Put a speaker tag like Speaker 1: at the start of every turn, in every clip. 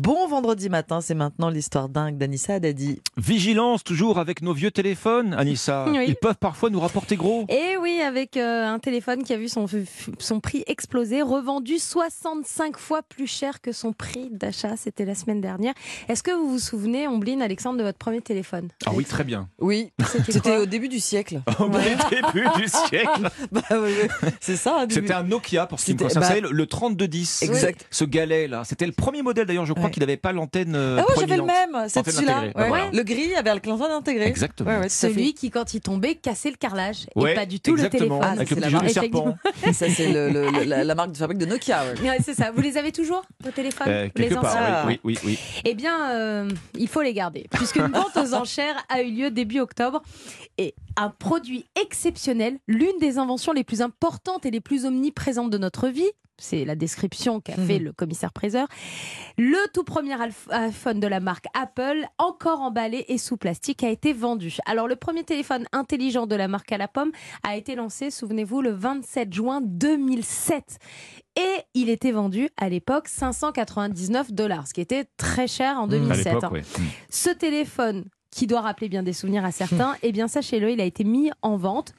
Speaker 1: Bon vendredi matin, c'est maintenant l'histoire dingue d'Anissa Haddadi.
Speaker 2: Vigilance toujours avec nos vieux téléphones, Anissa.
Speaker 3: Oui.
Speaker 2: Ils peuvent parfois nous rapporter gros.
Speaker 3: Et oui, avec euh, un téléphone qui a vu son, son prix exploser, revendu 65 fois plus cher que son prix d'achat, c'était la semaine dernière. Est-ce que vous vous souvenez, Ombline, Alexandre, de votre premier téléphone
Speaker 2: Ah oui, très bien.
Speaker 4: Oui, c'était au début du siècle.
Speaker 2: Au début du siècle.
Speaker 4: Bah, oui, oui, c'est ça. au début.
Speaker 2: C'était un Nokia pour ce qui me
Speaker 4: C'était-
Speaker 2: concerne.
Speaker 4: bah-
Speaker 2: C'est le- le 3210.
Speaker 4: Exact.
Speaker 2: Ce galet là. C'était le premier modèle d'ailleurs, je crois
Speaker 1: Ouais.
Speaker 2: qu'il n'avait pas l'antenne. euh,
Speaker 4: Ah ouais, j'avais le
Speaker 2: proéminente.
Speaker 4: même, c'est
Speaker 2: Antenne
Speaker 4: celui-là.
Speaker 2: intégrée, bah
Speaker 4: ouais.
Speaker 2: voilà.
Speaker 4: Le gris avait le clinton intégré.
Speaker 2: Exactement.
Speaker 4: Ouais, ouais, tout à fait.
Speaker 3: Celui qui, quand il tombait, cassait le carrelage
Speaker 2: Ouais,
Speaker 3: et pas du tout
Speaker 2: exactement,
Speaker 3: le téléphone.
Speaker 2: Avec le
Speaker 4: Ah,
Speaker 2: petit
Speaker 4: c'est
Speaker 2: jeu du
Speaker 3: la
Speaker 2: serpent.
Speaker 3: marque.
Speaker 4: Et ça, c'est le- le- le- la, la marque de fabrique de Nokia. ouais.
Speaker 3: Ouais, c'est ça. Vous les avez toujours, vos téléphones
Speaker 2: Euh,
Speaker 3: Les
Speaker 2: quelque part,
Speaker 3: anciens
Speaker 2: oui, oui, oui.
Speaker 3: Eh bien, euh, il faut les garder, puisqu'une vente aux enchères a eu lieu début octobre. Et un produit exceptionnel, l'une des inventions les plus importantes et les plus omniprésentes de notre vie, c'est la description qu'a fait le commissaire Prézeur, le tout premier alph- iPhone de la marque Apple, encore emballé et sous plastique, a été vendu. Alors, le premier téléphone intelligent de la marque à la pomme a été lancé, souvenez-vous, le 27 juin 2007. Et il était vendu à l'époque 599 dollars, ce qui était très cher en 2007. hein.
Speaker 2: ouais. Hmm.
Speaker 3: Ce téléphone, qui doit rappeler bien des souvenirs à certains, eh bien sachez-le, il a été mis en vente.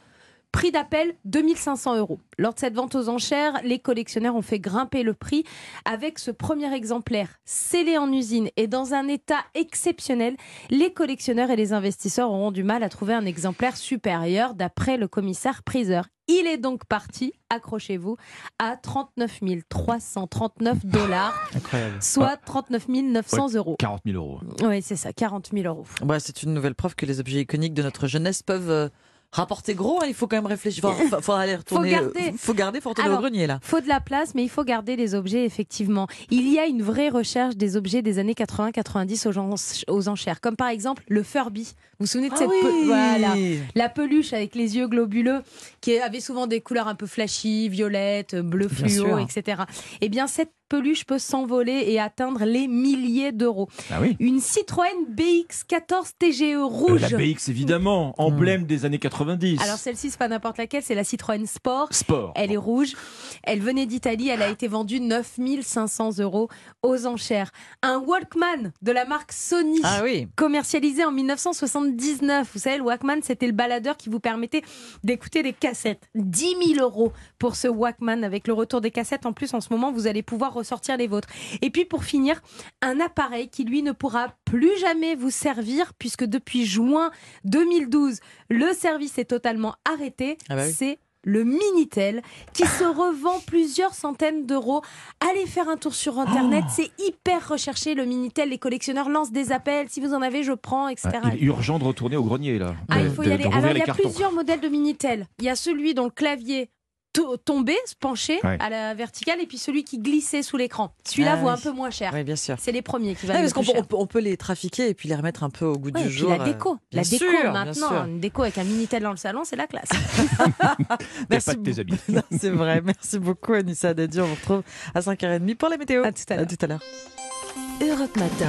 Speaker 3: Prix d'appel 2500 euros. Lors de cette vente aux enchères, les collectionneurs ont fait grimper le prix avec ce premier exemplaire scellé en usine et dans un état exceptionnel. Les collectionneurs et les investisseurs auront du mal à trouver un exemplaire supérieur d'après le commissaire Priseur. Il est donc parti, accrochez-vous, à 39 339 dollars,
Speaker 2: Incroyable.
Speaker 3: soit 39 900 euros.
Speaker 2: 40 000 euros.
Speaker 3: Oui, c'est ça, 40 000 euros.
Speaker 4: Ouais, c'est une nouvelle preuve que les objets iconiques de notre jeunesse peuvent euh, rapporter gros. hein. Il faut quand même réfléchir. Faut, faut- faut aller retourner. euh,
Speaker 3: Faut garder.
Speaker 4: faut garder, faut retourner
Speaker 3: Alors,
Speaker 4: au grenier là.
Speaker 3: Faut de la place, mais il faut garder les objets, effectivement. Il y a une vraie recherche des objets des années 80-90 aux, gens- aux enchères, comme par exemple le Furby. Vous vous souvenez de
Speaker 4: Ah
Speaker 3: cette pe- voilà. La peluche avec les yeux globuleux, qui avait souvent des couleurs un peu flashy, violette, bleu
Speaker 4: Bien
Speaker 3: fluo,
Speaker 4: sûr.
Speaker 3: etc. Eh bien, cette peluche peut s'envoler et atteindre les milliers d'euros.
Speaker 2: Ah oui.
Speaker 3: Une Citroën BX14 TGE
Speaker 2: Euh,
Speaker 3: E rouge.
Speaker 2: la
Speaker 3: Mmh.
Speaker 2: BX évidemment, emblème des années 90.
Speaker 3: Alors, celle-ci, c'est pas n'importe laquelle, c'est la Citroën Sport.
Speaker 2: Sport.
Speaker 3: Elle est rouge. Elle venait d'Italie. Elle a été vendue 9500 euros aux enchères. Un Walkman de la marque Sony.
Speaker 4: Ah oui.
Speaker 3: Commercialisé en 1979. Vous savez, le Walkman, c'était le baladeur qui vous permettait d'écouter des cassettes. 10 000 euros pour ce Walkman avec le retour des cassettes. En plus, en ce moment, vous allez pouvoir ressortir les vôtres. Et puis, pour finir, un appareil qui, lui, ne pourra plus jamais vous servir puisque depuis juin 2012, le service est totalement arrêté.
Speaker 4: Ah bah oui.
Speaker 3: C'est le Minitel qui se revend plusieurs centaines d'euros. Allez faire un tour sur Internet, c'est hyper recherché le Minitel. Les collectionneurs lancent des appels, si vous en avez, je prends, etc.
Speaker 2: Ah, il est urgent de retourner au grenier là.
Speaker 3: Ah,
Speaker 2: De-
Speaker 3: il faut
Speaker 2: de-
Speaker 3: y
Speaker 2: de
Speaker 3: aller.
Speaker 2: rouvrir
Speaker 3: Alors,
Speaker 2: les
Speaker 3: il y a
Speaker 2: cartons.
Speaker 3: plusieurs modèles de Minitel. Il y a celui dont le clavier to- tombait, se penchait
Speaker 2: Ouais.
Speaker 3: à la verticale, et puis celui qui glissait sous l'écran. Celui-là
Speaker 4: Ah
Speaker 3: vaut un
Speaker 4: oui.
Speaker 3: peu moins cher.
Speaker 4: Oui, bien sûr.
Speaker 3: C'est les premiers qui
Speaker 4: Ah,
Speaker 3: valent
Speaker 4: parce
Speaker 3: le
Speaker 4: qu'on
Speaker 3: plus
Speaker 4: peut,
Speaker 3: cher.
Speaker 4: on peut- on peut les trafiquer et puis les remettre un peu au goût
Speaker 3: Ouais,
Speaker 4: du
Speaker 3: et puis
Speaker 4: jour.
Speaker 3: la
Speaker 4: euh,
Speaker 3: déco, la
Speaker 4: bien
Speaker 3: déco
Speaker 4: sûr, bien
Speaker 3: maintenant,
Speaker 4: sûr.
Speaker 3: une déco avec un Minitel dans le salon, c'est la classe.
Speaker 2: T'es pas de tes habits.
Speaker 4: Non, C'est vrai. Merci beaucoup, Anissa Dadi. On vous retrouve Ah, à 5h30 pour la météo.
Speaker 3: À tout à l'heure.
Speaker 4: tout à l'heure.
Speaker 5: Europe Matin.